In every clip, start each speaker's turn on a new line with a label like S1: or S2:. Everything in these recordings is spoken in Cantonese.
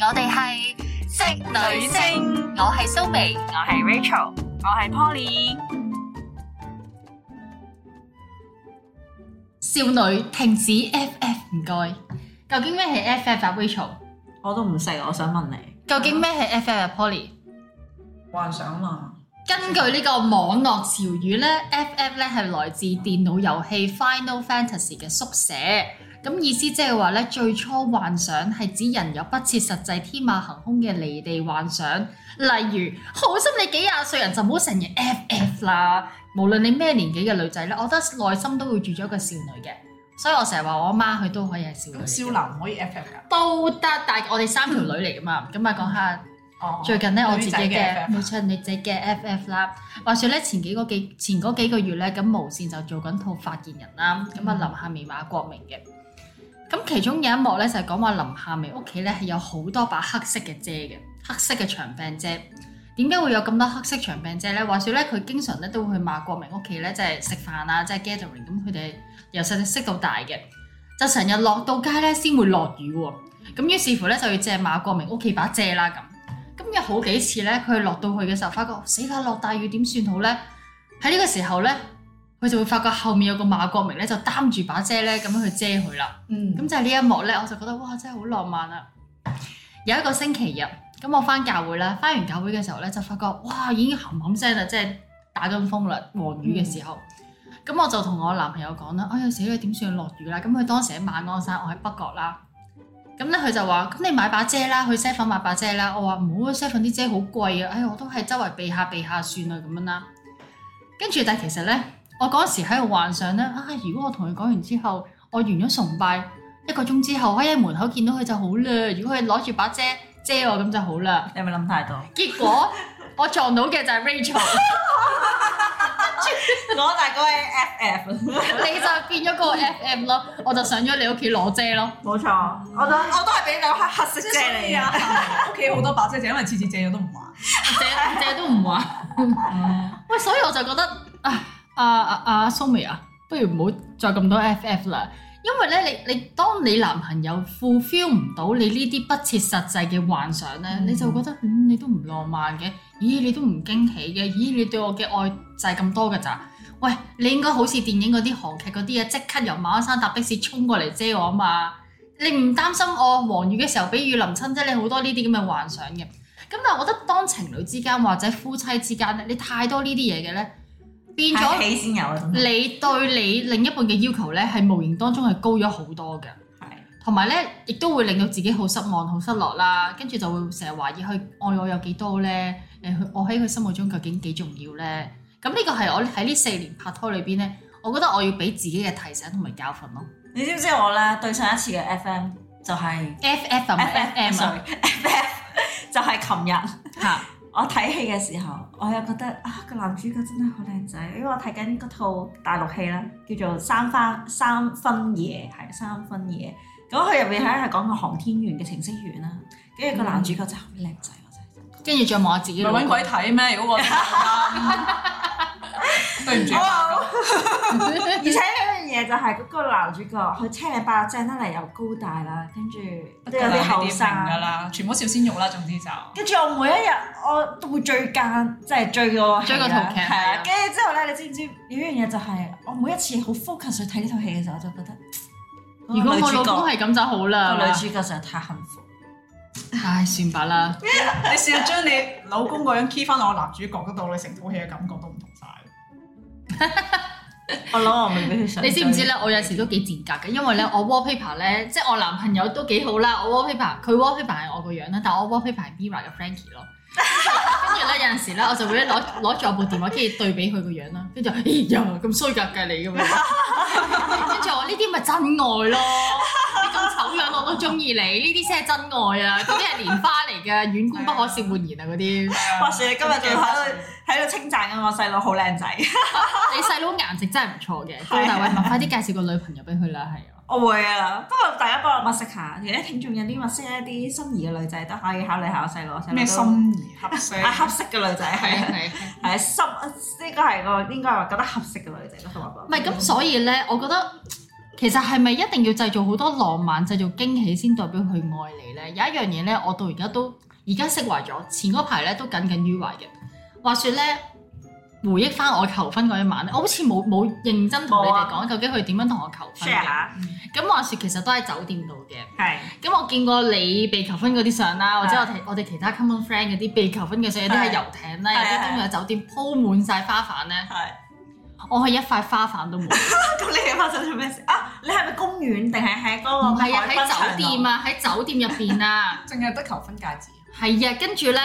S1: 我哋係職女聲，
S2: 星，
S1: 我係蘇眉，
S2: 我係 Rachel，我係 Poly。
S1: 少女停止 FF 唔該。究竟咩係 FF 啊，Rachel？
S2: 我都唔識，我想問你，
S1: 究竟咩係 FF 啊，Poly？
S2: 幻想嘛？
S1: 根據呢個網絡潮語咧，FF 咧係來自電腦遊戲 Final Fantasy 嘅縮寫，咁意思即係話咧，最初幻想係指人有不切實際、天馬行空嘅離地幻想，例如好心你幾廿歲人就唔好成日 FF 啦。無論你咩年紀嘅女仔咧，我覺得內心都會住咗一個少女嘅，所以我成日話我阿媽佢都可以係少女嚟嘅。
S2: 男唔可以 FF 㗎？
S1: 都得，但係我哋三條女嚟噶嘛，咁啊講下。
S2: 哦
S1: 最近咧，我自己
S2: 女仔嘅啊
S1: 嘅
S2: FF
S1: 冇錯，女仔嘅 FF 啦。話說咧，前幾個幾前嗰幾個月咧，咁無線就做緊套發言人啦，咁啊林
S2: 嗯
S1: 夏薇馬國明嘅。咁其中有一幕咧，就係講話林夏薇屋企咧係有好多把黑色嘅遮嘅，黑色嘅長柄遮。點解會有咁多黑色長柄遮咧？話說咧，佢經常咧都會去馬國明屋企咧，即係食飯啊，即係 gathering。咁佢哋由細識到大嘅，就成日落到街咧先會落雨喎。咁於是乎咧就要借馬國明屋企把遮啦咁。咁有好幾次咧，佢落到去嘅時候，發覺死啦落大雨點算好咧？喺呢個時候咧，佢就會發覺後面有個馬國明咧，就擔住把遮咧咁樣去遮佢啦。
S2: 嗯
S1: 咁就係呢一幕咧，我就覺得哇，真係好浪漫啊！有一個星期日，咁我翻教會啦，翻完教會嘅時候咧，就發覺哇，已經冚冚聲啦，即係打緊風啦，黃雨嘅時候。咁、我就同我男朋友講啦，哎呀死啦，點算落雨啦？咁佢當時喺馬鞍山，我喺北角啦。咁咧佢就話：咁你買把遮啦，去 seven 買把遮啦。我話唔好啊，seven 啲遮好貴啊，哎呀我都係周圍避下避下算啦咁樣啦。跟住但係其實咧，我嗰時喺度幻想咧，啊如果我同佢講完之後，我完咗崇拜。一個鐘之後，我喺門口見到佢就好啦。如果佢攞住把遮遮我咁就好啦。
S2: 你係咪諗太多？
S1: 結果我撞到嘅就係 Rachel，
S2: 我大概 FF，
S1: 你就變咗個 FM 咯，我就上咗你屋企攞遮咯。
S2: 冇錯，我都我都係俾兩黑黑色遮你啊！
S3: 屋企好多把遮，就因為次次借咗都唔還。
S1: 遮遮都唔話。喂，所以我就覺得啊啊啊啊蘇眉啊，不如唔好再咁多 FF 啦。因為咧，你你當你男朋友 fulfill 唔到你呢啲不切實際嘅幻想咧，
S2: 嗯
S1: 你就覺得嗯你都唔浪漫嘅，咦你都唔驚喜嘅，咦你對我嘅愛就係咁多㗎咋？喂，你應該好似電影嗰啲韓劇嗰啲啊，即刻由馬鞍山搭的士衝過嚟遮我啊嘛！你唔擔心我黃雨嘅時候俾雨淋親啫，你好多呢啲咁嘅幻想嘅。咁但係我覺得當情侶之間或者夫妻之間咧，你太多呢啲嘢嘅咧，變咗
S2: 起先有啊，真係。
S1: 你對你另一半嘅要求咧，係無形當中係高咗好多嘅，同埋咧，亦都會令到自己好失望、好失落啦。跟住就會成日懷疑佢愛我有幾多咧？誒，佢我喺佢心目中究竟幾重要咧？咁呢個係我喺呢四年拍拖裏邊咧，我覺得我要俾自己嘅提醒同埋教訓咯。
S2: 你知唔知啊我咧對上一次嘅 FM 就係
S1: F F 啊唔係
S2: FF
S1: F M 啊，
S2: sorry，FF 就係琴日。
S1: 嚇
S2: 我睇戲嘅時候，我又覺得啊個男主角真係好靚仔，因為我睇緊嗰套大陸戲啦，叫做《三番三分夜》，係三分夜。咁佢入邊係係講個航天員嘅程式員啦，跟住個男主角真係好靚仔，我真係想講。
S1: 跟住再望下自己
S3: 你
S1: 老
S3: 揾
S1: 公。
S3: 鬼睇咩？如果我 睇啱對唔
S2: 啊
S3: 住，
S2: 而且一樣嘢就係嗰個男主角，佢青靚白淨得嚟又高大啦，跟住都有啲後生。
S3: 噶啦，全部小鮮肉啦，總之就
S2: 跟住我每一日我都會追更，即係追個
S1: 追個
S2: 個
S1: 套劇
S2: 係
S1: 係啊
S2: 啊。跟住之後咧，你知唔知有一樣嘢就係、我每一次好 focus 去睇呢套戲嘅時候，我就覺得，哦
S1: 如果我老
S2: 個
S1: 公係啊咁就好啦。
S2: 女主角實在太幸福。
S1: 唉，算吧啦。
S3: 你試下將你老公個樣 key 翻我男主角嗰度，你成套戲嘅感覺都唔同晒。
S2: 我諗我未俾佢上。
S1: 你知唔知？咧？我有時都幾賤格嘅，因為 咧我 wallpaper 咧，即係我男朋友都幾好啦。我 wallpaper 佢 wallpaper 係我個樣啦，但我 wallpaper 係 Mira 嘅 Frankie 咯。跟住咧有陣時咧，我就會咧攞攞住我部電話，跟住對比佢個樣啦，跟住咦呀咁衰格嘅你咁樣，跟住我呢啲咪真愛咯。你咁醜樣我都中意你，呢啲先係真愛啊！嗰啲係蓮花嚟嘅，遠觀不可褻玩焉啊！嗰啲
S2: 話説你今日仲喺度喺度稱讚緊我細佬好靚仔，
S1: 你細佬顏值真係唔錯嘅，高大威猛，快啲介紹個女朋友俾佢啦，係啊。
S2: 我會啊啦。不過大家幫我物色下，如果聽眾有啲物色一啲心儀嘅女仔，都可以考慮下我細佬。我細佬都
S3: 咩心儀合
S2: 啊，
S3: 適？
S2: 合適嘅女仔係啊。
S1: 係係。
S2: 係心呢個係個應該係話覺得合適嘅女仔咯，同我講
S1: 唔係咁，所以咧，我覺得其實係咪一定要製造好多浪漫、製造驚喜先代表佢愛你呢？有一樣嘢呢，我到而家都而家釋懷咗，前嗰排呢都耿耿於懷嘅。話說呢，回憶翻我求婚嗰一晚呢，我好似冇冇認真同你哋
S2: 冇啊
S1: 講究竟佢點樣同我求婚
S2: share
S1: 嘅。
S2: 下，
S1: 咁話說其實都喺酒店度嘅。
S2: 係
S1: 咁我見過你被求婚嗰啲相啦，或者
S2: 係啊
S1: 我哋我哋其他 common friend 嗰啲被求婚嘅相，有啲係
S2: 係啊
S1: 遊艇啦，
S2: 係
S1: 有啲
S2: 係
S1: 都有酒店鋪滿晒花瓣咧，
S2: 係。啊
S1: 我係一塊花瓣都冇，唔
S2: 咁你哋發生咗咩事啊？你係咪公園定係喺嗰個
S1: 係啊，
S2: 海
S1: 喺
S2: 濱長
S1: 酒店
S2: 廊
S1: 啊，喺酒店入邊 啊，
S3: 淨係得求婚戒指。
S1: 係啊，跟住咧，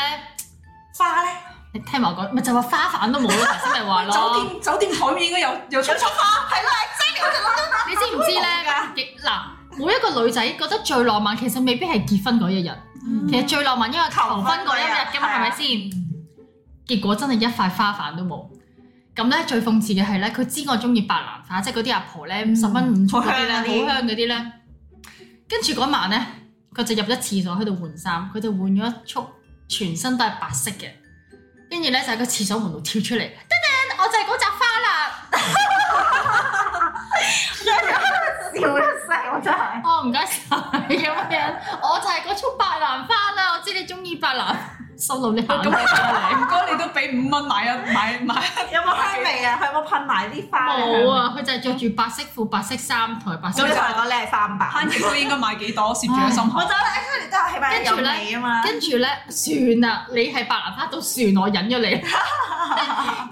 S2: 花咧？
S1: 你聽埋我講，咪就話花瓣都 冇咯，頭先咪話
S3: 酒
S1: 咯，
S3: 店酒店台面應該有有出花，係啦，係真係
S1: 你知唔知咧？亦嗱，每一個女仔覺得最浪漫，其實未必係結婚嗰一日，
S2: 嗯
S1: 其實最浪漫因為求婚嗰一日㗎嘛，係咪
S2: 求
S1: 先？結果真係一塊花瓣都冇。咁咧最諷刺嘅係咧，佢知我中意白蘭花，即係嗰啲阿婆咧五十蚊五束嗰啲咧，
S2: 好香嗰
S1: 嗯
S2: 啲
S1: 好香嗰啲咧。跟住嗰晚咧，佢就入咗廁所喺度換衫，佢就換咗一束全身都係白色嘅，跟住咧就喺個廁所門度跳出嚟，噔噔，我就係嗰扎花啦。
S2: 笑一聲，我真係。
S1: 哦，唔該晒咁樣，我就係嗰束白蘭花啦。我知你中意白蘭，收到你行咗嚟。
S3: 唔該你都俾五蚊買一買買
S2: 有冇香味啊？佢有冇噴埋啲花嘅香味？
S1: 冇啊，佢就係着住白色褲、白色衫同埋白
S2: 咁
S1: 色
S2: 你同我講你係花瓣，
S3: 慳極都應該買幾朵，攝住喺心
S2: 我
S3: 口。
S2: 就係你都係起碼有味啊嘛。
S1: 跟住咧，算啦，你係白蘭花都算，我忍咗 你。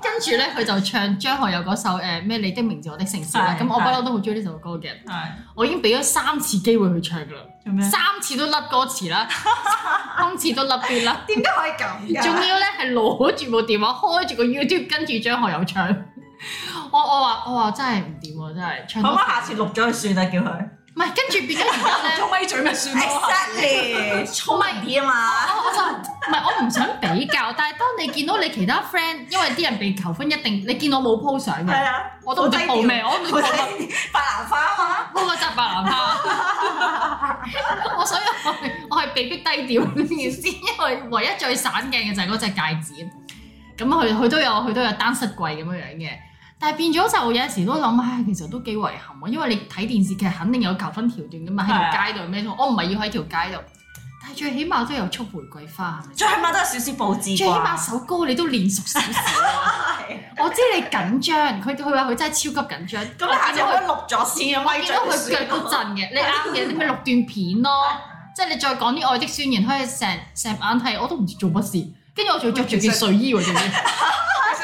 S1: 跟住咧，佢就唱張學友嗰首誒咩、你的名字我的城市啦。
S2: 係
S1: 咁我不
S2: 係
S1: 嬲都好中意呢首歌嘅，
S3: 係
S1: 我已經俾咗三次機會佢唱㗎啦，
S2: 做咩？
S1: 三次都甩歌詞 啦，三次都甩邊啦。
S2: 點解可以咁㗎？
S1: 仲要咧係攞住部電話開住個 YouTube 跟住張學友唱。我我話我話真係唔掂喎，真係唱
S2: 可唔
S1: 到
S2: 可以下次錄咗佢算啦？叫佢。
S1: 唔係跟住變咗而家咧。
S3: 通咪嘴咪算咯。
S2: Exactly，聰明啲啊嘛。
S1: 我就唔係我唔想比較，但係當你見到你其他 friend，因為啲人被求婚一定，你見我冇 po 相
S2: 係
S1: 嘅，
S2: 啊，
S1: 我都唔知
S2: 好低
S1: po
S2: 調
S1: 咩，我都
S2: 好
S1: 唔
S2: 低
S1: 知 po 乜
S2: 調白蘭花啊嘛。
S1: po 個扎白蘭花。 我所以我係我係被逼低調呢件事，因為唯一最散鏡嘅就係嗰隻戒指。咁佢佢都有佢都有單膝櫃咁樣樣嘅，但係變咗就有時都諗，唉，其實都幾遺憾喎，因為你睇電視劇肯定有求婚橋段噶嘛，喺
S2: 啊
S1: 條街度咩都，我唔係要喺條街度，但係最起碼都有束玫瑰花。
S2: 最起碼都有少少佈置
S1: 最
S3: 啊
S2: 啩。
S1: 起碼首歌你都練熟少少啊。
S2: 係
S1: 我知你緊張，佢佢話佢真係超級緊張。
S2: 咁你下次可唔
S1: 我
S2: 可以錄咗先啊？咪
S1: 見到佢我見到佢腳都震嘅，你啱嘅，你咪錄段片 咯。即係你再講啲愛的宣言，可以成成眼睇，我都唔知做乜事。跟住我仲要着住件睡衣喎，仲 要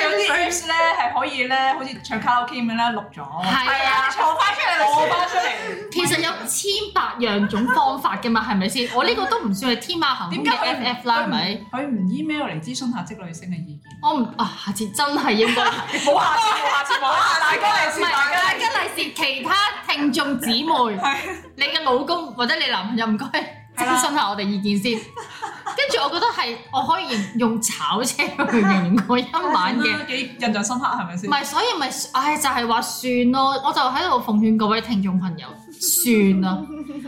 S3: 有啲 apps 咧係可以咧，好似唱卡拉 OK 咁樣咧錄咗，
S1: 係啊。
S2: 坐翻出嚟
S3: 播
S2: 先。
S3: 翻出嚟。
S1: 其實有千百樣種方法嘅嘛，係咪先？我呢個都唔算係天馬行空
S3: 點
S1: 嘅
S3: 解佢
S1: FF 啦，係咪？？
S3: 佢唔 email 嚟諮詢下職女性嘅意見。
S1: 我唔啊，下次真係應該提。
S3: 冇下次，冇下次，冇下次，大家嚟
S1: 唔
S3: 試
S1: 係，
S3: 大家
S1: 大家利是其他聽眾姊妹，你嘅老公或者你男朋友唔該
S2: 係
S1: 諮
S2: 啦
S1: 詢下我哋意見先。跟住我覺得係我可以形用炒車去形容嗰一晚 嘅，
S3: 嘅幾印象深刻係咪
S1: 唔
S3: 先？
S1: 係所以咪唉就係話算咯，我就喺度奉勸各位聽眾朋友，算啦，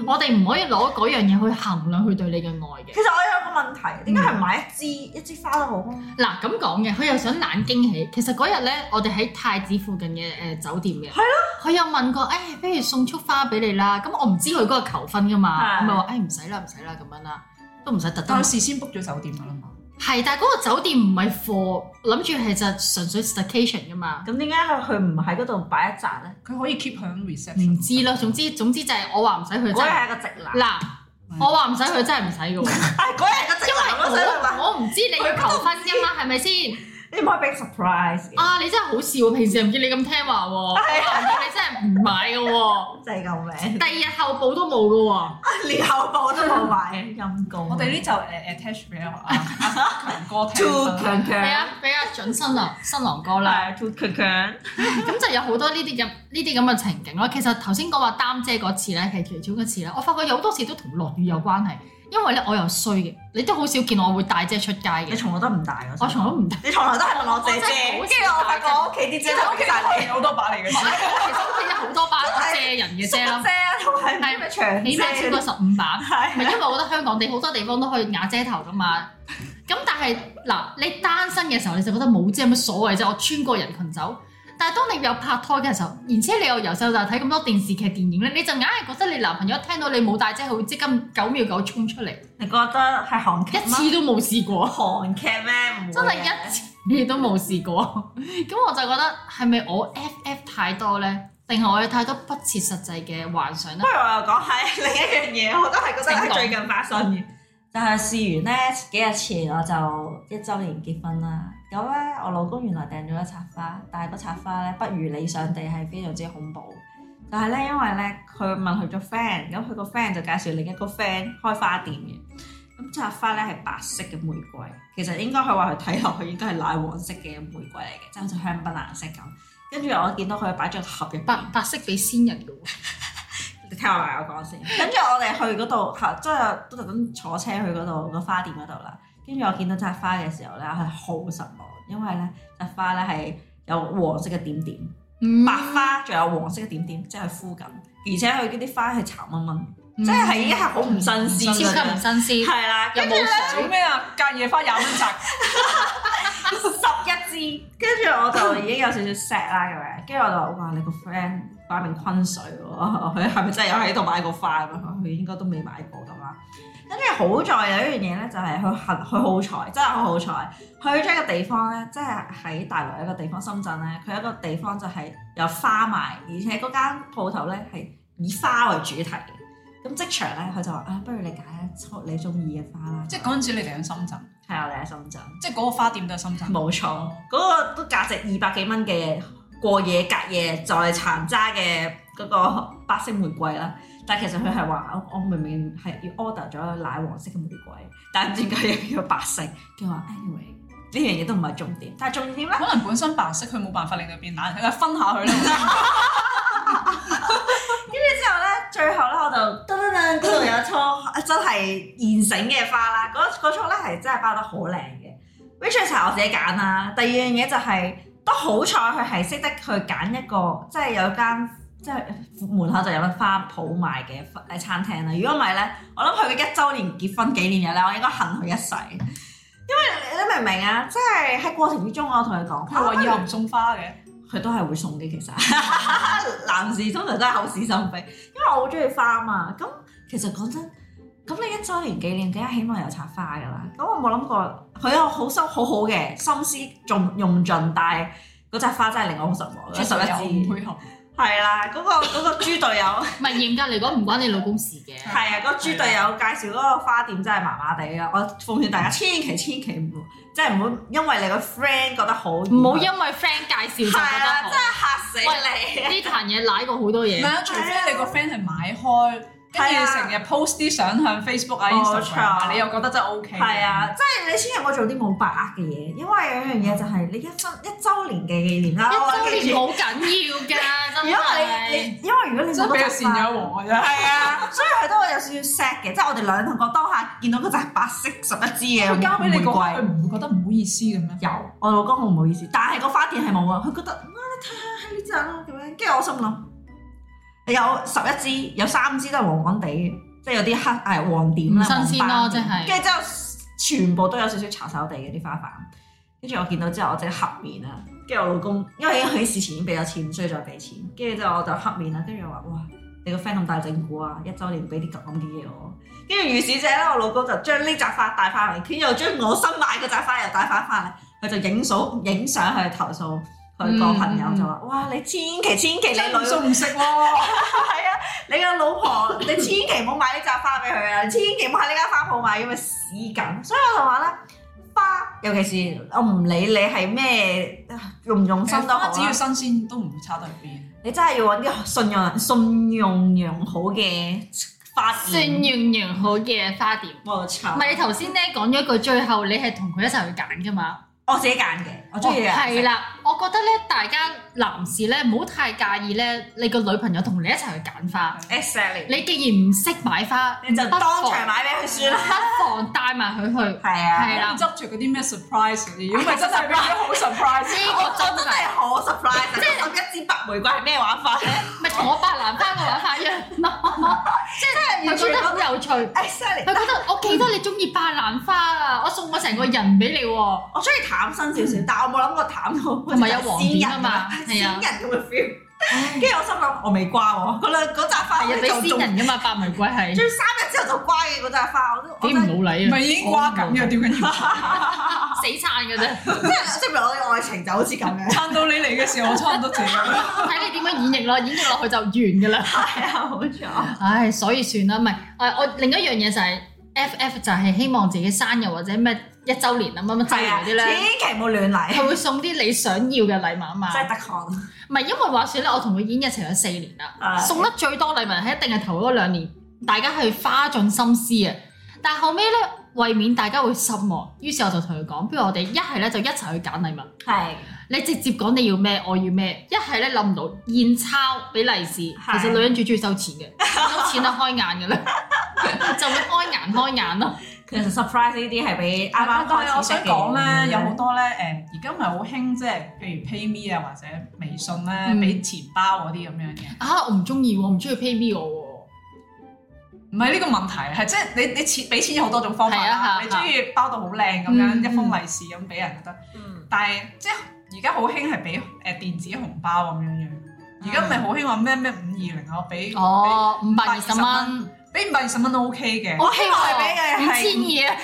S1: 我哋唔可以攞嗰樣嘢去衡量佢對你嘅愛嘅
S2: 其。實我有個問題，點解係買一支一支花都好啊？
S1: 嗱咁講嘅，佢又想懶驚喜。其實嗰日咧，我哋喺太子附近嘅誒、呃酒店嘅，
S2: 係
S1: 咯，佢又問過，誒、哎不如送束花俾你啦。咁我唔知佢嗰個求婚噶嘛，
S2: 係
S1: 咁咪話，哎誒唔使啦，唔使啦，咁樣啦，都唔使特登
S3: 但。係事先 book 咗酒店㗎啦嘛。
S1: 係，但係嗰個酒店唔係 for 諗住係就純粹 station 噶嘛，
S2: 咁點解佢佢唔喺嗰度擺一紮咧？
S3: 佢可以 keep 響
S1: 唔
S3: reception。
S1: 知啦。總之總之就係我話唔使佢真
S2: 嗰日
S1: 係
S2: 係一個直男，
S1: 嗱，我話唔使佢真係唔使嘅喎，
S2: 係嗰日係一個直男，我
S1: 因為
S2: 想話
S1: 我我唔知你要求婚㗎嘛，係咪先？
S2: 你唔可以俾 surprise 嘅，
S1: 啊，你真係好笑喎！平時又唔見你咁聽話喎， 我話唔見你真係唔買嘅喎。
S2: 就係救命！
S1: 第二日後補都冇嘅喎，
S2: 連後部都冇買，陰公。
S3: 我哋呢就誒 attach 俾阿 阿強哥聽
S2: too
S3: 啦。
S2: 強強，
S1: 俾阿俾阿啊準新郎新郎哥啦，
S2: 係 too 強強，
S1: 咁就有好多呢啲咁呢啲咁嘅情景咯。其實頭先講話擔遮嗰次咧，其實其中一次咧，我發覺有好多時都同落雨有關係，因為咧我又衰嘅，你都好少見我會帶遮出街
S2: 你
S1: 嘅，
S2: 從來都唔大我
S1: 我從來都唔帶。
S2: 你從來都係問我借遮，跟住我發覺我屋企啲
S3: 即
S2: 遮
S3: 係屋
S2: 都
S3: 企
S2: 俾
S3: 都
S2: 曬
S3: 係
S2: 你，
S3: 有好多把嚟嘅
S1: 其。實屋企有好多把遮人嘅遮啦，
S2: 遮啊同埋咩長
S1: 起碼超過
S2: 遮，
S1: 十五把。 唔係
S2: 係
S1: 因為我覺得香港地好多地方都可以瓦遮頭噶嘛。咁但係嗱，你單身嘅時候你就覺得冇遮有乜所謂啫，我穿過人群走。但係當你有拍拖嘅時候，而且你又由細到大睇咁多電視劇、電影咧，你就硬係覺得你男朋友一聽到你冇帶遮，佢會即刻九秒九衝出嚟，
S2: 你覺得係韓劇
S1: 一
S2: 嗎？
S1: 次都冇試過。
S2: 韓劇咩？唔會
S1: 真係
S2: 嘅
S1: 一次你都冇 試過，咁我就覺得係咪我 FF 太多呢？定係我有太多不切實際嘅幻想呢
S2: 不？如我又講下另一樣嘢，我都係覺得
S1: 請
S2: 係
S1: 講
S2: 最近發生嘅，就係試完咧幾日前我就一週年結婚啦。咁咧，我老公原來訂咗一插花，但係嗰插花咧不如理想地係非常之恐怖。就係咧，因為咧佢問佢咗 friend，咁佢個 friend 就介紹另一個 friend 開花店嘅。咁插花咧係白色嘅玫瑰，其實應該佢話佢睇落去應該係奶黃色嘅玫瑰嚟嘅，即係好似香檳藍色咁。跟住我見到佢擺咗個盒入邊
S1: 白白色俾先人嘅喎，
S2: 你聽我埋我講先。跟住我哋去嗰度嚇，即係都特登坐車去嗰度個花店嗰度啦。跟住我見到扎花嘅時候咧，我係好失望，因為咧扎花咧係有黃色嘅點點，
S1: 嗯
S2: 白花仲有黃色嘅點點，即係枯緊，而且佢嗰啲花係殘蚊蚊，即係係已經係好嗯唔新
S1: 嗯
S2: 鮮
S1: 超級嗯唔
S2: 嘅。
S1: 新鮮，
S2: 係啦，
S1: 又
S2: 跟住咧
S1: 冇
S3: 做
S1: 水，
S3: 咩啊？隔夜花廿蚊摘，
S2: 十一支，跟住我就已經有少少 sad 啦咁樣，跟住我就話哇你個 friend 擺明昆水喎，佢係咪真係有喺度買過花咁樣？佢應該都未買過咁啦。跟住好在有一樣嘢咧，就係佢幸佢好彩，真係好好彩。去咗一個地方咧，即係喺大陸有一個地方深圳咧，佢有一個地方就係有花賣，而且嗰間鋪頭咧係以花為主題嘅。咁即場咧，佢就話啊，不如你揀一束你中意嘅花啦。
S3: 即係嗰陣時你哋喺深圳，
S2: 係啊，我哋喺深圳。
S3: 即係嗰個花店都係深圳。
S2: 冇錯，嗰、個都價值二百幾蚊嘅過夜隔夜就係殘渣嘅嗰個白色玫瑰啦。但係其實佢係話，哦我我明明係要 order 咗奶黃色嘅玫瑰，但係唔知點解又要白色。佢話 anyway 呢樣嘢都唔係重點，但係重點咧
S3: 可能本身白色佢冇辦法令佢變冷，佢話分下佢 啦。
S2: 之後咧，最後咧我就噔噔噔嗰度有一束真係現成嘅花啦，嗰嗰束咧係真係包得好靚嘅，which is 係我自己揀啦。第二樣嘢就係、都好彩佢係識得去揀一個，即係有間即係門口就有得花鋪賣嘅誒餐廳啦。如果唔係咧，我諗佢嘅一週年結婚紀念日咧，我應該恨佢一世。因為你明唔明啊？即係喺過程之中，我同佢講，
S3: 佢話以後唔送花嘅，
S2: 佢都係會送嘅，其實男士通常都係口是心非，因為我好中意花啊嘛。咁其實講真，咁你一周年紀念梗係希望有插花噶啦。咁我冇諗過，佢有好心好好嘅心思仲用盡，但係嗰扎花真係令我好失望嘅，
S3: 其實
S2: 十
S3: 又
S2: 一
S3: 唔
S2: 支。
S3: 配合。
S2: 係啦，嗰、個嗰、個豬隊 友。
S1: 唔係嚴格嚟講唔關你老公事嘅，
S2: 係啊，嗰個豬隊友介紹嗰個花店真係麻麻地啊！我奉勸大家千祈千祈唔好，即係唔好因為你個 friend 覺得好，
S1: 唔
S2: 唔
S1: 好因為 friend 介紹就覺
S2: 係啊，
S1: 得好。
S2: 真係嚇死
S1: 呢
S2: 你！
S1: 壇嘢舐過好多
S3: 唔
S1: 嘢
S3: 係，啊，除非你個 friend 係買開，跟
S2: 係啊哦
S3: 住成日 post 啲相向 Facebook 啊、
S2: 冇錯
S3: Instagram 啊你又覺得真係 OK。
S2: 係啊，即係你千祈唔好做啲冇把握嘅嘢，因為有一樣嘢就係你一分一週年嘅紀念啦。我話
S1: 一週
S2: 記
S1: 年
S2: 住
S1: 好緊要㗎，
S2: 如
S1: 真
S2: 果唔係你
S1: 係。
S2: 你，因為如果你
S3: 啊真
S2: 冇
S3: 係俾
S2: 嗰
S3: 佢
S2: 隻
S3: 善
S2: 花，
S3: 有王啊！真係。
S2: 係啊，所以佢都有少少 sad 嘅，即係我哋兩同學當下見到嗰隻白色十一支嘅
S3: 佢交俾你
S2: 玫
S3: 個
S2: 瑰
S3: 佢唔會覺得唔好意思嘅咩？
S2: 有，我老公好唔好意思，但係個花店係冇啊，佢覺得啊你睇下係呢隻咯咁樣，跟住我心諗有十一支，有三支都係黃黃地嘅，即係有啲黑誒黃點啦，
S1: 唔新鮮咯
S2: 黃斑
S1: 即係
S2: 跟住之後全部都有少少茶手地嘅啲花瓣，跟住我見到之後我即刻黑面啦，跟住我老公因為佢事前已經俾咗錢，唔需要再俾錢，跟住之後我就黑面啦，跟住我話哇你個 friend 咁大整蠱啊，一週年俾啲咁嘅嘢我。跟住如是者咧，我老公就將呢扎花帶翻嚟，佢又將我新買嗰扎花又帶翻翻嚟，佢就影數影相去投訴佢個朋友就話：哇！你千祈千祈你
S3: 嗯真唔
S2: 女
S3: 送唔食喎，
S2: 係啊，你個老婆，你千祈唔好買呢扎花俾佢啊！你千祈唔好喺呢間花鋪買，因為屎緊。所以我就話咧，花尤其是我唔理你係咩用唔用心都好啊
S3: 花只
S2: 啦
S3: 要，新鮮都唔會差得去邊。
S2: 你真係要揾啲信用信用良好嘅花
S1: 信
S2: 店。
S1: 用良好嘅花店。
S2: 冇錯
S1: 唔，係你頭先咧講咗一句，最後你係同佢一齊去揀噶嘛？
S2: 我自己揀嘅，我中意嘅
S1: 哦
S2: 顏色
S1: 係啦，我覺得咧，大家男士咧唔好太介意咧，你個女朋友同你一齊去揀花。
S2: Exactly，
S1: 你既然唔識買花，
S2: 你就
S1: 不
S2: 當
S1: 妨
S2: 場買俾佢算啦。
S1: 不妨帶埋佢去。
S2: 係啊
S1: 係
S3: 係
S1: 啦
S3: 啦，執住嗰啲咩 surprise 嗰啲，如果 唔係真係變咗好 surprise。
S1: 呢個真
S2: 真
S1: 係
S2: 係好 surprise，即係十一支白玫瑰係咩玩法咧？
S1: 咪同我白蘭花個玩法一樣咯？即係佢覺得好有趣，佢覺
S2: Exactly，
S1: 得我記得你中意白蘭花啊，我送我成個人俾你喎。
S2: 我中意睇淡身少少，但我冇諗過淡到
S1: 嗯同埋有黃點啊嘛
S2: 仙
S1: 係啊
S2: 人咁嘅 feel。跟住我心諗，我未瓜喎，嗰兩嗰扎花
S1: 係啊，
S2: 就
S1: 俾
S2: 仲
S1: 仙人噶嘛，白玫瑰 係
S2: 追三日之後就瓜嘅嗰扎花，我都我
S1: 幾
S2: 真係
S1: 唔老
S3: 唔
S1: 禮啊，
S3: 係已經瓜緊嘅，點緊要？
S1: 死撐嘅啫，
S2: 即係證明我嘅愛情就好似 咁樣。
S3: 撐到你嚟嘅時候，我差唔多謝啦。
S1: 睇你點樣演繹咯，演繹落去就完㗎啦。
S2: 係啊，冇錯。
S1: 唉，所以算啦，唔係，誒我另一樣嘢就係 FF 就係希望自己生日或者咩一週年啊乜乜週
S2: 係
S1: 年
S2: 啊，
S1: 嗰啲
S2: 千
S1: 咧，
S2: 祈唔好亂嚟，
S1: 佢會送啲你想要嘅禮物 啊嘛。
S2: 真係得看。
S1: 唔係因為話説咧，我同佢已經一齊咗四年啦，
S2: 啊
S1: 送得最多禮物係一定係頭嗰兩年，大家係花盡心思啊。但後尾咧，為免大家會失望，於是我就同佢講，不如我哋一係咧就一齊去揀禮物，
S2: 係
S1: 你直接講你要咩，我要咩。一係咧諗唔到現鈔俾利是，其實
S2: 係
S1: 女人最中意收錢嘅，收錢就開眼嘅啦， 就會開眼開眼咯。
S2: 其實 surprise 呢啲係啊俾啱啱
S3: 但
S2: 開始
S3: 哦係我啊想講
S2: 識嘅人嗯
S3: 咧，有好多咧誒，而家咪好興即係譬如 PayMe 啊或者微信咧，
S1: 嗯
S3: 俾錢包嗰啲咁樣嘅。
S1: 啊，我唔中意喎，唔中意 pay me 我
S3: 唔係呢個問題，係即係你你錢俾錢有好多種方法
S1: 係啊係啊
S3: 啦。你中意包到好靚咁
S1: 嗯
S3: 樣一封利是咁俾人就得，
S2: 嗯
S3: 但係即係而家好興係俾誒電子紅包咁樣樣。而家咪好興話咩咩五二零啊，我俾
S1: 喎。哦，五百二十蚊，哦
S3: 俾五百二十蚊都 OK 嘅。
S2: 我希望係俾
S1: 五
S2: 嘅係
S1: 千二啊。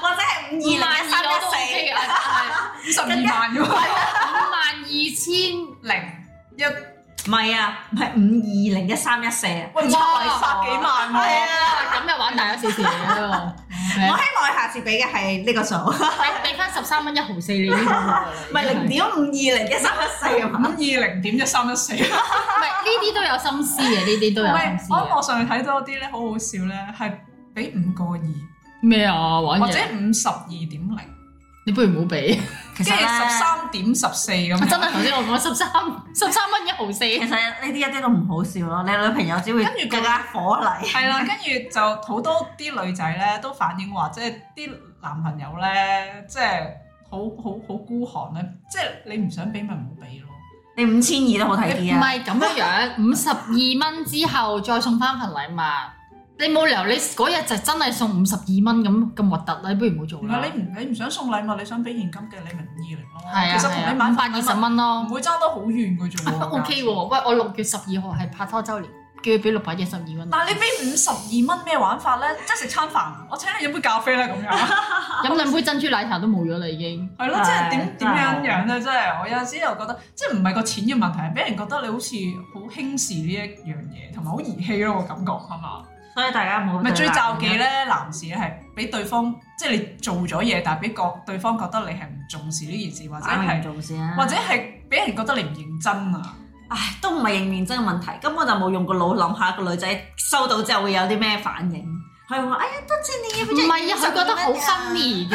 S2: 或者係五
S1: 五
S2: 二零
S1: 萬
S2: 一
S1: 二我都
S2: 三一
S1: OK
S2: 四。啊
S1: 嘅，係
S3: 五十二萬啫喎，
S1: 五萬二千，
S3: 零一
S2: 唔係啊，唔係五二零一三一四啊。
S3: 喂，唔係
S1: 哇
S3: 百幾萬
S2: 係
S3: 喎，
S2: 啊，
S1: 咁又玩大咗少少咯。
S2: 我希望下次俾嘅係呢個數，唔
S1: 俾俾翻十三蚊一毫四你 呢唔
S2: 係零
S1: 唔
S2: 點五二零一三一四啊
S3: 五
S2: 嘛。
S3: 二零點一三一四。
S1: 係呢啲都有心思嘅，呢啲都
S3: 唔
S1: 有啊
S3: 係
S1: 心，思
S3: 我喺
S1: 嘅。
S3: 網上面睇到有啲咧好好笑咧，係俾五個二
S1: 咩啊玩
S3: 或者
S1: 嘢？
S3: 五十二點零，
S1: 你不如唔好俾。
S2: 其
S3: 跟住
S2: 實
S3: 十
S2: 咧，
S3: 三點十四咁
S1: 啊真
S3: 樣。
S1: 係頭先 我講十三十三蚊一毫四，
S2: 其實呢啲一啲都唔好笑咯。你女朋友只會
S3: 跟住佢
S2: 更加火嚟。
S3: 係啦，跟住就好多啲女仔咧都反映話，即係啲男朋友咧，即係好好好孤寒咧，即係你唔想俾咪唔好俾咯。
S2: 你五千二都好睇
S1: 唔
S2: 啲啊。
S1: 係咁樣樣，五十二蚊之後再送翻份禮物。你冇理由你嗰日就真係送五十二蚊咁咁核突啦，你不如唔好做
S3: 唔
S1: 啦
S3: 係。你唔你唔想送禮物，你想俾現金嘅，你咪五二零咯。
S1: 係啊，
S3: 其實同你買
S1: 五百二十蚊咯
S3: 唔。會爭得好遠 嘅啫喎。
S1: O K 喎，喂，我六月十二號係拍拖周年，叫佢俾六百一十二蚊，
S3: 但係你俾五十二蚊咩玩法咧？即係食餐飯，我請你飲杯咖啡啦咁 樣。
S1: 飲兩杯珍珠奶茶都冇咗啦已經。
S3: 係咯，即係點
S2: 係
S3: 點樣樣咧？即係我有陣時又覺得，即係唔係個錢嘅問題，係俾人覺得你好似好輕視呢一樣嘢，同埋好兒戲咯個感覺係嘛？
S2: 所以大家冇
S3: 咪
S2: 對
S3: 最
S2: 立
S3: 罩忌
S1: 嗯
S3: 咧，男士咧係俾對方即係你做咗嘢，但係俾個對方覺得你係唔重視呢件事，或者
S2: 打明
S3: 係
S2: 做先啊。
S3: 或者係俾人覺得你唔認真啊。
S2: 唉，都唔係認唔認真嘅問題，根本就冇用個腦諗下個女仔收到之後會有啲咩反應。佢話：哎呀，多謝你，
S1: 唔係啊，佢覺得好 funny 㗎，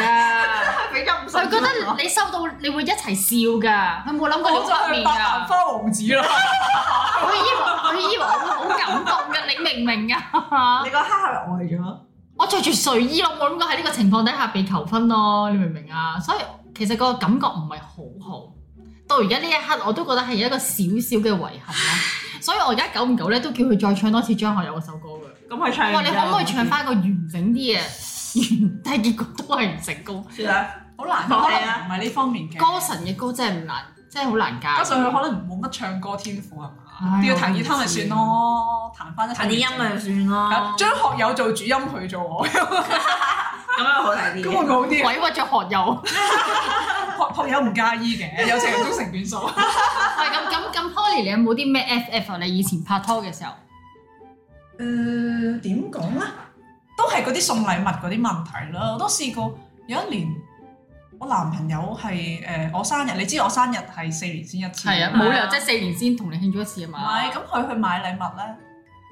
S2: 佢俾咗五十
S1: 佢
S2: 蚊
S1: 覺
S2: 我
S1: 得你收到你會一齊笑㗎，佢冇諗過你
S3: 我
S1: 會
S3: 就
S1: 黑
S3: 係
S1: 面
S3: 白蘭
S1: 㗎。
S3: 花王子啦，
S1: 佢以為佢以為我會好感動㗎，你明唔明啊？
S2: 你個黑係呆咗。
S1: 我着住睡衣咯，我冇諗過喺呢個情況底下被求婚咯，你明唔明啊？所以其實個感覺唔係好好，到而家呢一刻我都覺得係一個少少嘅遺憾咯。所以我而家久唔久咧都叫佢再唱多次張學友嗰首歌嘅。
S2: 咁佢
S1: 我
S2: 唱
S1: 話
S2: 完
S1: 你
S2: 之後
S1: 可唔可以唱？翻個完整啲嘅？完，但係結果都係唔成功。
S2: 算啦，
S3: 好難，
S2: 放
S3: 可
S2: 棄
S3: 能
S2: 啦
S3: 唔係呢方面嘅。
S1: 歌神嘅歌真係唔難，真係好難
S3: 加
S1: 教。
S3: 上佢可能冇乜唱歌天賦係啊嘛
S1: 唉，
S3: 要彈吉他咪算咯，彈翻一首
S2: 彈啲音咪算咯，
S3: 張學友做主音，佢做 我，咁
S2: 咁樣好睇
S3: 會唔會
S2: 啲。
S3: 好啲？啊
S1: 委屈咗學友，
S3: 學學友唔介意嘅，有情人終成眷 屬。
S1: 係咁咁咁。Poly 你有冇啲咩 FF 啊？你以前拍拖嘅時候，
S3: 誒點講咧？都係嗰啲送禮物嗰啲問題啦。我都試過有一年，我男朋友係誒、我生日，你知我生日係四年先一次，
S1: 係啊，冇理由即係四年先同你慶祝一次啊
S3: 唔
S1: 嘛。
S3: 係咁佢去買禮物咧，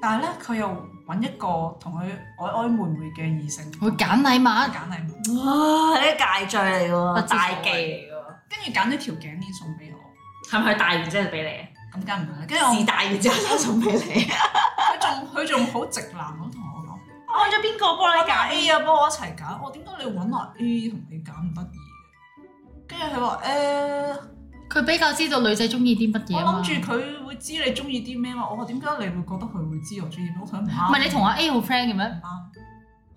S3: 但係咧佢又揾一個同佢曖曖昧昧嘅異性
S1: 佢揀禮物，
S3: 揀禮物。
S2: 哇！呢個戒罪嚟
S1: 不
S2: 喎，
S1: 知所謂
S2: 大忌嚟喎。
S3: 跟住揀咗條頸鏈送俾我，
S2: 係咪佢戴完之後俾
S3: 咁梗唔係啦。
S2: 你
S3: 跟住
S2: 啊？
S3: 我
S2: 試戴完之後就送俾 你。
S3: 佢仲佢仲好直男咁同我講，
S2: 我咗邊個幫
S3: 你揀 A 啊，幫我一齊揀。我點解你揾話 A 同你揀唔得意嘅？跟住佢話誒，呃
S1: 佢比較知道女仔中意啲乜嘢
S3: 我
S1: 啊嘛
S3: 諗住佢會知你中意啲咩嘛。我話點解你會覺得佢會知我中意咩？我想唔
S1: 唔
S3: 啱。
S1: 係你同阿 A 好 friend 嘅咩？
S3: 唔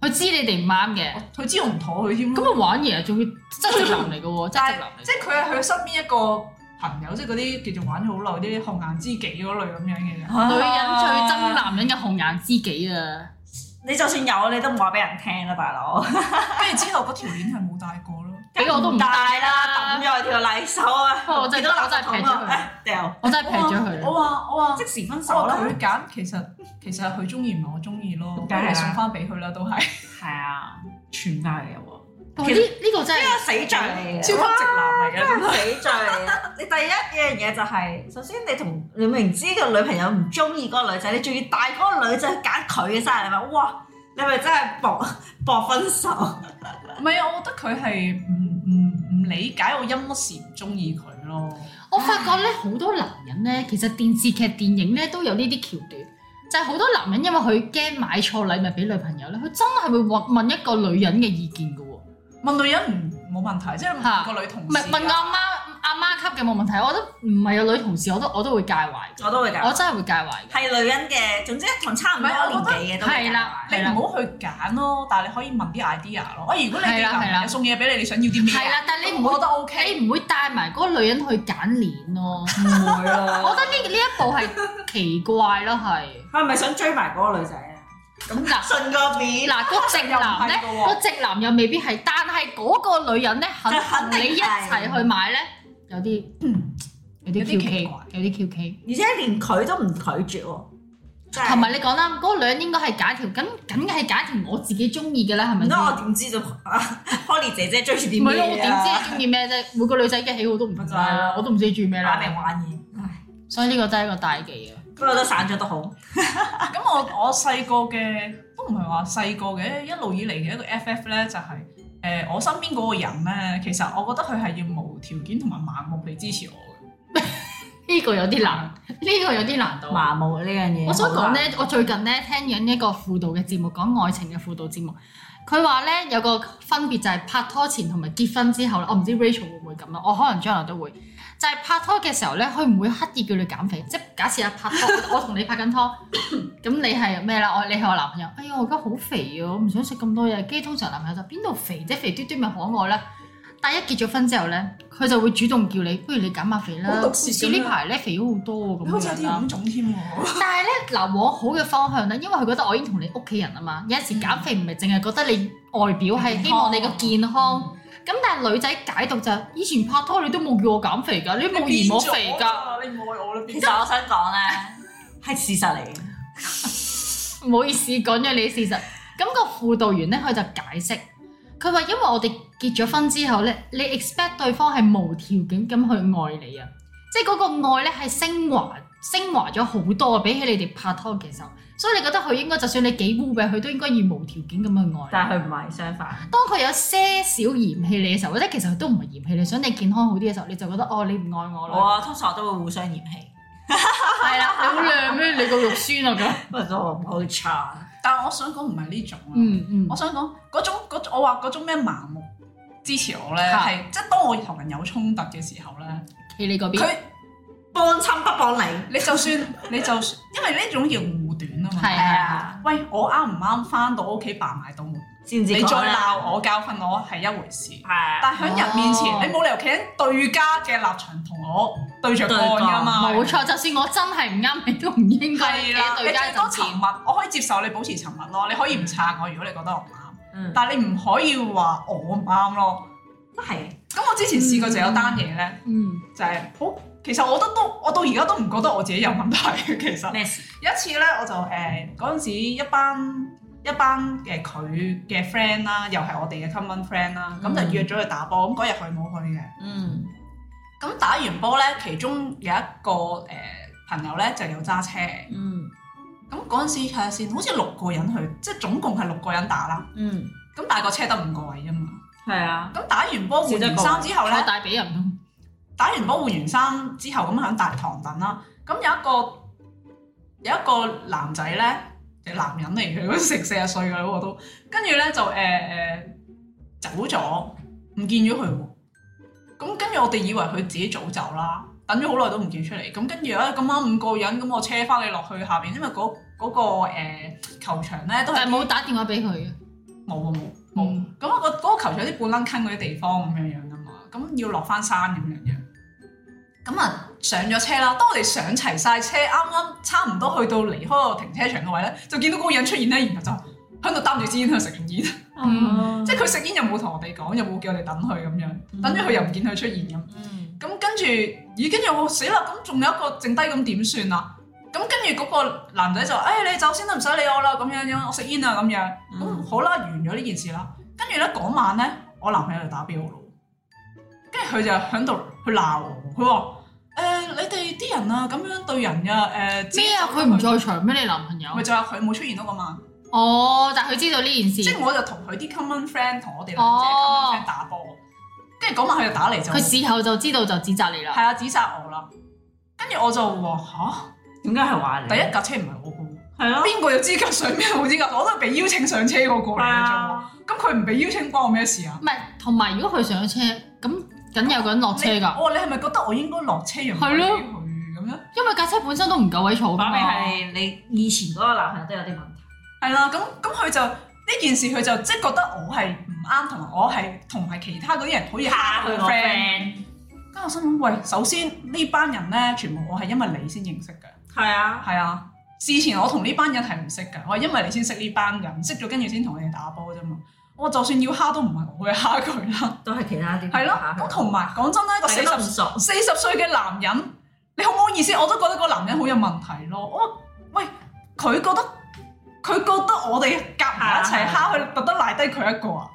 S3: 啱，
S1: 佢知你哋唔啱嘅，
S3: 佢知我唔妥佢添咯
S1: 咁。咪玩嘢，仲要真係直男嚟嘅喎，真係直男嚟
S3: 即
S1: 嘅。
S3: 係佢係佢身邊一個朋友，即係嗰啲叫做玩咗好耐啲紅顏知己嗰類咁樣嘅人。
S1: 女人最憎男人嘅紅顏知己啊！
S2: 你就算有，你都唔話俾人聽啦，大佬。
S3: 跟住之後嗰條鏈係冇戴過咯。
S1: 俾我都唔
S2: 大
S1: 戴
S2: 啦，抌咗佢條泥手啊！
S1: 不過我真係
S2: 見到
S1: 我真係
S2: 垃圾桶
S1: 劈咗佢
S2: 啊哎掉，
S1: 我真係劈咗佢啦。
S3: 我話我話
S2: 即時分
S3: 我
S2: 手
S3: 話
S2: 啦。
S3: 佢揀，其實其實佢中意唔係我中意咯，咁
S2: 梗係啦
S3: 咪送翻俾佢啦， 都係
S2: 係啊，全家嚟嘅喎，呢
S1: 哇呢呢個真係
S2: 個死罪嚟
S3: 超級
S2: 嘅。
S3: 直男嚟嘅。
S2: 真係死罪 啊！你第一樣嘢就係、首先你同你明知個女朋友唔中意嗰個女仔，你仲要帶嗰個女仔去揀佢嘅生日禮物，哇！你咪真係搏 搏分手，
S3: 唔係啊，我覺得佢係唔唔唔理解我因乜事唔中意佢咯。
S1: 我發覺咧，好多男人咧，其實電視劇、電影咧都有呢啲橋段，就係、好多男人因為佢驚買錯禮物俾女朋友咧，佢真係會問問一個女人嘅意見嘅喎，
S3: 問女人唔冇問題，即係
S1: 嚇
S3: 問個女同
S1: 唔
S3: 事啊。
S1: 係問阿媽阿媽級嘅冇問題，我覺得唔係有女同事我都我都會介懷嘅，
S2: 我都會㗎。
S1: 我真係會介懷嘅，
S2: 係女人嘅，總之同差唔多年紀嘅都會
S1: 係啦，
S3: 你
S1: 係啦，
S3: 唔好去揀咯，但係你可以問啲 idea 咯。啊，如果你嘅
S1: 係啦係
S3: 男朋
S1: 啦
S3: 友送嘢俾你，你想要啲咩啊？
S1: 係啦，但係你唔
S3: 我覺
S1: 會
S3: 得 OK。
S1: 你唔會帶埋嗰個女人去揀鏈咯，
S2: 唔會
S1: 我
S2: 咯。啊
S1: 覺得呢呢一步係奇怪咯，係
S2: 佢係咪想追埋嗰個女仔啊？
S1: 咁嗱。
S2: 順個面，
S1: 嗱，個直男咧，
S3: 又唔係
S1: 個直男又未必係，但係嗰個女人咧，肯
S2: 就
S1: 同
S2: 肯定
S1: 你一齊去買咧，有啲有
S3: 有
S1: 啲
S3: 啲
S1: QK，
S3: 奇怪
S1: 有啲 QK。
S2: 而且連佢都唔拒絕喎，真係
S1: 同埋你講啦，嗰個女人應該係揀條，咁梗係揀條我自己中意嘅啦，係咪
S2: 唔
S1: 先
S2: 得？我點知道啊 Holly 姐姐追住
S1: 唔
S2: 啲
S1: 係咯，我
S2: 咩
S1: 點
S2: 啊？
S1: 知中意咩啫？每個女仔嘅喜好都唔同
S2: 咪就係
S1: 啦
S2: 咯，
S1: 我都唔知中意咩
S2: 玩嚟
S1: 啦。
S2: 玩嘢，唉，
S1: 所以呢個真係一個大忌啊！
S2: 不過都散咗都好。
S3: 咁我我細個嘅都唔係話細個嘅，一路以嚟嘅一個 FF 咧就係、誒、我身邊嗰個人咧，其實我覺得佢係要無條件同埋盲目地支持我嘅。
S1: 呢個有啲難，呢個有啲難度。啊
S2: 麻木呢樣嘢。
S1: 我想講咧，我最近咧聽緊一個輔導嘅節目，講愛情嘅輔導節目。佢話咧有個分別就係拍拖前同埋結婚之後啦。我唔知 Rachel 會唔會咁啦，啊我可能將來都會。就係、拍拖嘅時候咧，佢唔會刻意叫你減肥，即係假設啊拍 拖，我同你拍緊拖， 咁你係咩啦？我你係我男朋友，哎呀我而家好肥啊，我唔想食咁多嘢。跟住通常男朋友就邊度肥啫，肥嘟嘟咪可愛啦。但一結咗婚之後咧，佢就會主動叫你，不如你減下肥啦。
S3: 好毒舌
S1: 好
S3: 咁樣
S1: 似呢排咧肥咗好多喎咁樣啦。
S3: 好似有啲臃腫添喎。
S1: 但係咧，嗱往好嘅方向咧，因為佢覺得我已經同你屋企人啊嘛，有陣時減肥唔係淨係覺得你外表係希望你個健康，咁但係女仔解讀就係以前拍拖你都冇叫我減肥㗎，你都冇嫌我肥㗎，
S3: 㗎，啊你唔愛我啦，變
S2: 其
S3: 咗
S2: 實我想講咧，係事實嚟嘅。
S1: 唔好意思講咗你事實。咁、個輔導員咧，佢就解釋，佢話因為我哋結咗婚之後咧，你 expect 對方係無條件咁去愛你啊，即係嗰個愛咧係升華升華咗好多啊，比起你哋拍拖嘅時候，所以你覺得佢應該就算你幾污穢，佢都應該要無條件咁去愛你。
S2: 但係佢唔係相反，
S1: 當佢有些少嫌棄你嘅時候，或者其實佢都唔係嫌棄你，想你健康好啲嘅時候，你就覺得哦，你唔愛我啦，
S2: 我通常都會互相嫌棄。
S1: 係
S2: 啊
S1: 啦，你好靚咩？你個肉酸啊咁。
S2: 不過我唔好差，
S3: 但係我想講唔係呢種啊。
S1: 嗯嗯
S3: 我，想講嗰種嗰種我話嗰種咩盲目支持我咧，
S1: 嚇
S3: 係即係當我同人有衝突嘅時候咧，
S1: 企你嗰邊
S3: 佢
S2: 幫親不幫你。
S3: 你就算你就算，因為呢種叫護短啊嘛。
S1: 係
S2: 係啊，
S3: 喂，我啱唔啱翻到屋企扮埋到門，
S2: 先至
S3: 你再
S2: 講啦
S3: 鬧我教訓我係一回事，
S2: 係啊，
S3: 但喺人面前
S1: 哦
S3: 你冇理由企喺對家嘅立場同我對着幹㗎嘛。
S1: 冇錯，就算我真係唔啱，你都唔應該企
S3: 啊係啦，
S1: 喺
S3: 你
S1: 對
S3: 最
S1: 家
S3: 多
S1: 陣
S3: 沉
S1: 線。
S3: 默，我可以接受你保持沉默咯，你可以唔撐我，如果你覺得我唔啱，
S2: 嗯
S3: 但係你唔可以話我唔啱咯。
S2: 都係
S3: 咁我之前試過就有單嘢咧。
S1: 嗯，
S3: 就係好，其實我覺得都，我到而家都唔覺得我自己有問題嘅。其實
S2: 咩事？
S3: 有一次咧，我就誒嗰陣時一班一班嘅佢嘅 friend 啦，又係我哋嘅 common friend 啦，咁就約咗去打波。咁嗰日佢冇去嘅。
S2: 嗯，
S3: 咁打完波咧，其中有一個誒、朋友咧就有揸車。
S2: 嗯，
S3: 咁嗰陣時睇下先，好似六個人去，即係總共係六個人打啦。
S2: 嗯，
S3: 咁但係個車得五個位啫嘛。
S2: 係啊，
S3: 咁打完波換
S2: 少咗一
S3: 完
S2: 個
S3: 衫之後
S1: 我
S3: 咧。
S1: 帶俾人咁。
S3: 打完波換完衫之後，咁喺大堂等啦。咁有一個有一個男仔咧，就男人嚟嘅，嗰成四十歲嘅嗰個都，跟住咧就誒誒、呃走咗，唔見咗佢喎。咁跟住我哋以為佢自己早走啦，等咗好耐都唔見出嚟。咁跟住咧咁啱五個人，咁我車翻你落去下邊，因為嗰、嗰個、呃、球場咧都
S1: 但係
S3: 係
S1: 冇打電話俾佢嘅，
S3: 冇啊冇冇。咁啊個嗰個球場有啲半撚坑嗰啲地方咁樣樣噶嘛，咁要落翻山咁樣樣。咁啊上咗車啦，當我哋上齊晒車，啱啱差唔多去到離開個停車場嘅位咧，就見到嗰個人出現咧，然後就喺度擔住支煙喺度食緊煙，
S1: 嗯
S3: 即係佢食煙又冇同我哋講，又冇叫我哋等佢咁樣，等咗佢又唔見佢出現咁。
S2: 嗯
S3: 咁跟住，咦？跟住我死啦！咁仲有一個剩低，咁點算啊？咁跟住嗰個男仔就話：，誒、你走先啦，唔使理我啦，咁樣樣，我食煙啊，咁樣。咁、
S2: 嗯
S3: 好啦，完咗呢件事啦。跟住咧嗰晚咧，我男朋友就打俾我咯。跟住佢就喺度去鬧我，佢話：誒、你哋啲人啊，咁樣對人㗎、誒
S1: 咩啊？佢唔，在場咩？你男朋友
S3: 咪？就話佢冇出現咯嗰晚。
S1: 哦，但係佢知道呢件
S3: 即係
S1: 事，
S3: 我就同佢啲 common friend 同我哋兩姐 common
S1: 哦
S3: friend 打波，跟住嗰晚佢就打嚟就
S1: 佢事後就知道就指責你啦。
S3: 係啊指責我啦。跟住我就話嚇。
S2: 點解係話你？
S3: 第一架車唔係我嘅
S2: 係
S3: 喎，
S2: 咯，
S3: 邊個有資格上咩冇資格？我都係被邀請上車嗰個嚟
S2: 係
S3: 嘅啫
S2: 啊，
S3: 喎。咁佢唔被邀請關我咩事啊？
S1: 唔係，同埋如果佢上咗車，咁梗有個人落車
S3: 你
S1: 㗎，
S3: 我話你係咪覺得我應該落車讓
S1: 係咯
S3: 位佢咁樣？
S1: 因為架車本身都唔夠位坐㗎
S2: 擺明
S1: 嘛。
S2: 係你以前嗰個男朋友都有啲問題。
S3: 係啦，咁咁佢就呢件事，佢就即係覺得我係唔啱，同埋我係同埋其他嗰啲人好似蝦佢 friend。咁我心諗，喂，首先呢班人咧，全部我係因為你先認識嘅。
S2: 係啊，
S3: 係啊，事前我同呢班人係唔識㗎，我係因為你先識呢班人，識咗跟住先同你哋打波啫嘛。我就算要蝦都唔係我去蝦佢啦。
S2: 都係其他啲
S3: 係咯，咁同埋講真啦，一個嗯
S2: 我
S3: 四
S2: 死都唔
S3: 十
S2: 熟。
S3: 四十歲嘅男人，你好唔好意思？我都覺得個男人好有問題咯。我喂，佢覺得佢覺得我哋夾埋一齊
S2: 係
S3: 蝦佢，特登賴低佢一個啊！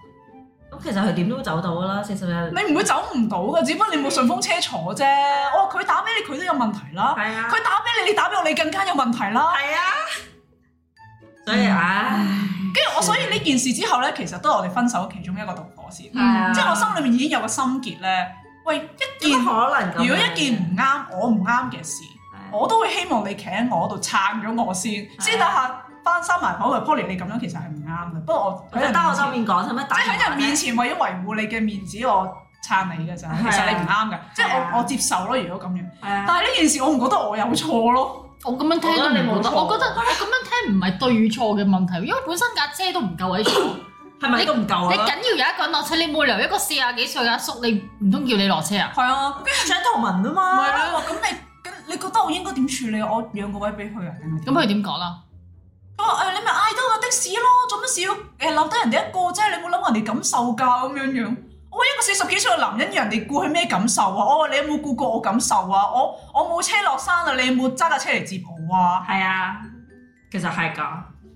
S2: 咁其實佢點都走到㗎啦，四十日。
S3: 你唔會走唔到嘅，只不過你冇順風車坐啫。我話佢打俾你，佢都有問題啦。
S2: 係啊，
S3: 佢打俾你，你打俾我，你更加有問題啦。
S2: 係啊，所以唉，
S3: 跟住我，所以呢件事之後咧，其實都係我哋分手其中一個導火線。
S1: 係啊
S3: 即係我心裏面已經有個心結咧。喂，一件
S2: 點
S3: 如果
S2: 可能咁樣？
S3: 一件唔啱，我唔啱嘅事。
S2: 係
S3: 我都會希望你企喺我度撐咗我先，私底下翻三埋口喂 Polly，你咁樣其實係唔啱嘅。不過我
S2: 我覺得我當面講，使乜
S3: 即
S2: 打
S3: 係
S2: 電話啫？
S3: 喺人面前為咗維護你嘅面子，我撐你嘅咋。其實你唔啱嘅，即啊係啊我我接受咯。如果咁樣，
S2: 係啊
S3: 但係呢件事我唔覺得我有錯咯。
S1: 我咁樣聽都唔覺得，我覺得我咁樣聽唔係對與錯嘅問題，因為本身架車都唔夠位坐，你
S2: 係咪都唔夠啊？
S1: 緊要有一個人落車，你冇理由一個四廿幾歲嘅阿叔，你唔通叫你落車啊？
S3: 係啊，
S2: 張圖文啊
S3: 唔
S2: 嘛，
S3: 係咯。咁你咁你覺得我應該點處理？我讓個位俾佢啊？定係
S1: 咁
S3: 點
S1: 佢點講啦？
S3: 佢話哦誒你咪嗌多個的士咯，做乜事要誒留低人哋一個啫？你冇諗人哋感受㗎咁樣樣。我一個四十幾歲嘅男人，人哋顧佢咩感受啊？我話你有冇顧過我感受啊？我我冇車落山啊，你有冇揸架車嚟接我啊？
S2: 係啊，其實係㗎。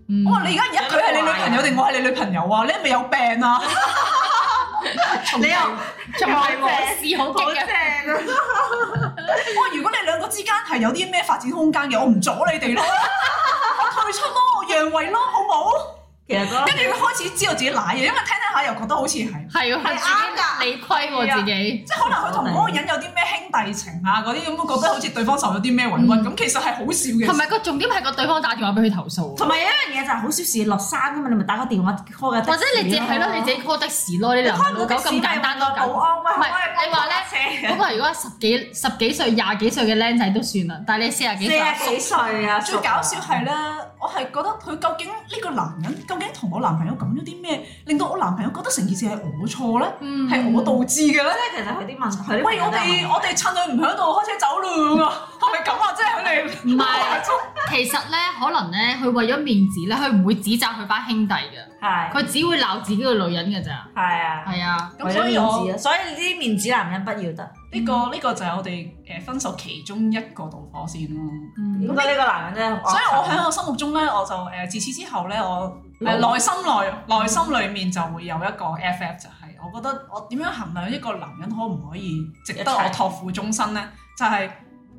S1: 嗯
S3: 我話你而家而家佢係你女朋友定我係你女朋友啊？你係咪有病啊？
S1: 從
S2: 你又
S1: 從來無事好激嘅，
S2: 正
S3: 我
S2: 啊！
S3: 話哦如果你兩個之間係有啲咩發展空間嘅，我唔阻你哋咯， 我退出咯，我讓位咯，好冇？
S2: 其實嗰
S3: 跟住佢開始知道自己賴嘢，因為聽聽下又覺得好似係。
S1: 係喎，
S3: 係啱㗎
S1: 係自己理虧喎自己。
S3: 即係可能佢同嗰個人有啲咩兄弟情啊嗰啲咁，覺得好似對方受咗啲咩委屈，咁、其實係好少嘅。
S1: 同埋個重點係個對方打電話俾佢投訴，
S2: 同埋有一樣嘢就係好少事落山㗎嘛，你咪打個電話 call 嘅的士咯，
S1: 或者你自己係咯，你自己 call 的士咯，你男
S2: 開
S1: 老
S2: 部
S1: 狗
S2: 的士
S1: 咁簡單都
S2: 咪問個
S3: 啊
S1: 夠。
S2: 保安
S1: 唔
S2: 喂，
S1: 係你話
S2: 咧
S1: 嗰個係如果十幾十幾歲、廿幾歲嘅僆仔都算啦，但係你四廿幾歲阿
S2: 四
S1: 叔
S2: 十幾歲啊，
S3: 最搞笑係咧，我係覺得佢究竟呢個男人究竟同我男朋友講咗啲咩，令到我男朋友覺得成件事係我錯咧，
S1: 嗯
S3: 係、我導致嘅咧？
S2: 即係啊其實佢啲問佢啲
S3: 喂，我
S2: 朋友
S3: 哋我哋趁佢唔喺度開車走啦啊，係咪咁啊？即係佢哋
S1: 唔係，其實咧，可能咧，佢為咗面子咧，佢唔會指責佢班兄弟嘅，
S2: 都係
S1: 佢只會鬧自己個女人嘅咋。
S2: 係啊，
S1: 係啊，
S3: 咁所以我
S2: 為咗面子啊，所以呢啲面子男人不要得。
S3: 呢、個呢、個就係我哋誒分手其中一個導火線咯。
S1: 嗯
S2: 應該呢個男人真係，
S3: 所以我喺我心目中咧，我就誒、呃自此之後咧，我
S1: 啊
S3: 誒、呃、
S2: 老
S3: 內心內內心裏面就會有一個 FF，就係我覺得我點樣衡量一個男人可唔可以值得我
S2: 一齊
S3: 托付終身咧？就係、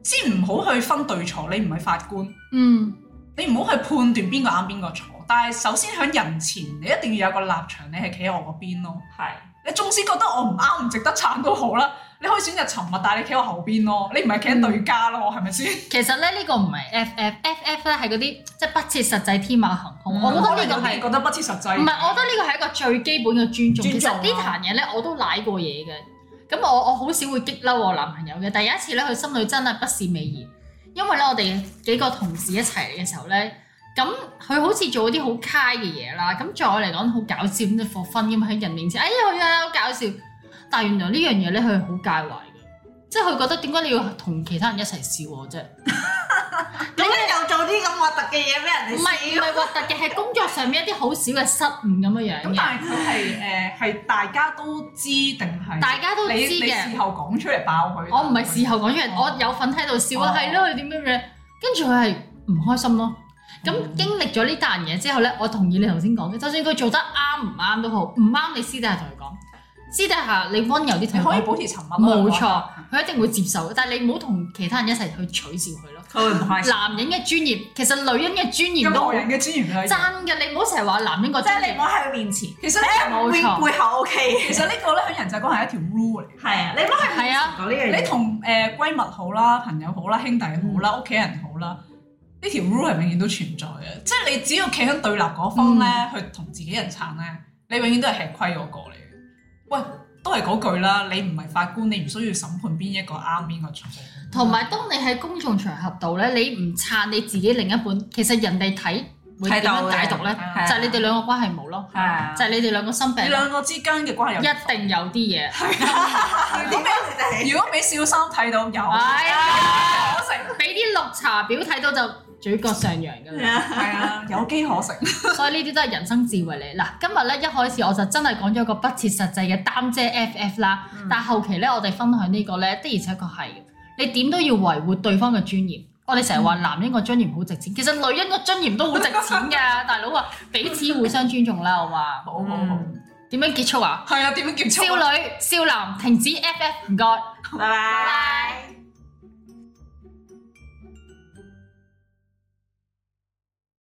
S3: 先唔好去分對錯，你唔係法官，
S1: 嗯，
S3: 你唔好去判斷邊個啱邊個錯。但係首先喺人前，你一定要有個立場，你係企喺我嗰邊咯。
S2: 係
S3: 你縱使覺得我唔啱唔值得撐都好啦，你可以選擇沉默，但係你企我後邊咯，你唔係企喺對家咯，係咪先？
S1: 其實咧呢個唔係 F F F F 咧係嗰啲即係不切實際、天馬行空。嗯我覺得呢個係
S3: 你覺得不切實際。
S1: 唔係，我覺得呢個係一個最基本嘅尊重。啊
S2: 尊重
S1: 其實呢壇嘢咧，我都舐過嘢嘅。咁我我好少會激嬲我男朋友嘅，但有一次咧，佢心裏真係不是味兒，因為咧我哋幾個同事一齊嚟嘅時候咧，咁佢好似做啲好卡嘅嘢啦，咁在我嚟講好搞笑，咁就霍分咁喺人面前，哎呀佢啊好搞笑，但係原來呢樣嘢咧佢係好介懷嘅，即係佢覺得點解你要同其他人一齊笑我啫？
S2: 點解又做啲咁核突嘅嘢俾
S1: 唔
S2: 人哋
S1: 係唔係核突嘅，係工作上面一啲好少嘅失誤咁樣樣
S3: 咁
S1: 嘅，
S3: 但係佢係誒係大家都知定係
S1: 大家都知
S3: 你你
S1: 嘅。
S3: 事後講出嚟爆佢？
S1: 我唔係事後講出嚟，
S3: 哦
S1: 我有份喺度笑啦
S3: 哦，
S1: 係咯，佢點樣樣，跟住佢係唔開心咯。咁
S3: 嗯
S1: 經歷咗呢單嘢之後咧，我同意你頭先講嘅，就算佢做得啱唔啱都好，唔啱你私底下同佢講，私底下你温柔啲同
S3: 你可以
S1: 佢講，
S3: 保持沉默啊咯。
S1: 冇
S3: 我覺得
S1: 錯，佢一定會接受嘅，但係你唔好同其他人一齊去取笑佢咯。
S2: 佢會唔開心。
S1: 男人嘅尊嚴，其實女人嘅尊嚴
S3: 任
S1: 都
S3: 何人嘅資源都係一樣
S1: 真嘅，你唔好成日話男人個
S2: 即
S1: 尊
S2: 係你
S1: 嚴
S2: 唔。好喺佢面前，
S3: 其實
S1: 冇錯
S2: 背後 OK
S3: 其實呢個咧喺人際關係一條 rule 嚟。
S2: 係啊，你唔好喺
S1: 係啊，
S2: 講呢樣嘢。
S3: 你同誒閨蜜好啦、朋友好啦、兄弟好
S1: 嗯
S3: 啦、屋企人好啦，呢條 rule 係永遠都存在嘅。即係你只要企喺對立嗰
S1: 嗯
S3: 方咧，去同自己人撐咧，你永遠都係吃虧嗰個嚟嘅。喂，都係嗰句啦，你唔係法官，你唔需要審判邊一個啱邊個錯。
S1: 同埋當你喺公眾場合度咧，你唔撐你自己另一半，其實人哋睇會點
S2: 睇到
S1: 樣
S2: 嘅
S1: 解讀咧？
S3: 係啊
S1: 就係你哋兩個關係冇咯，
S2: 係啊
S1: 就係你哋兩個心病
S3: 你，兩個之間嘅關係有
S1: 一定有啲嘢。
S2: 點解你哋
S3: 如果俾小三睇到有，
S1: 哎呀
S3: 可乘
S1: 俾啲綠茶婊睇到就嘴角上揚㗎 啦，
S3: 係啊，有機可乘。
S1: 所以呢啲都係人生智慧嚟。嗱，今日咧一開始我就真係講咗一個不切實際嘅擔遮 FF 啦，
S3: 嗯
S1: 但後期咧我哋分享呢個咧的而且確係嘅，你點都要維護對方嘅尊嚴。我哋成日話男人個尊嚴好值錢，其實女人個尊嚴都好值錢㗎， 大佬啊，彼此互相尊重啦，好嘛？
S3: 好好好，
S1: 點樣結束啊？
S3: 係啊，點樣結
S1: 少
S3: 束啊？
S1: 女少男停止 FF，唔該，拜
S2: 拜拜。
S1: 拜。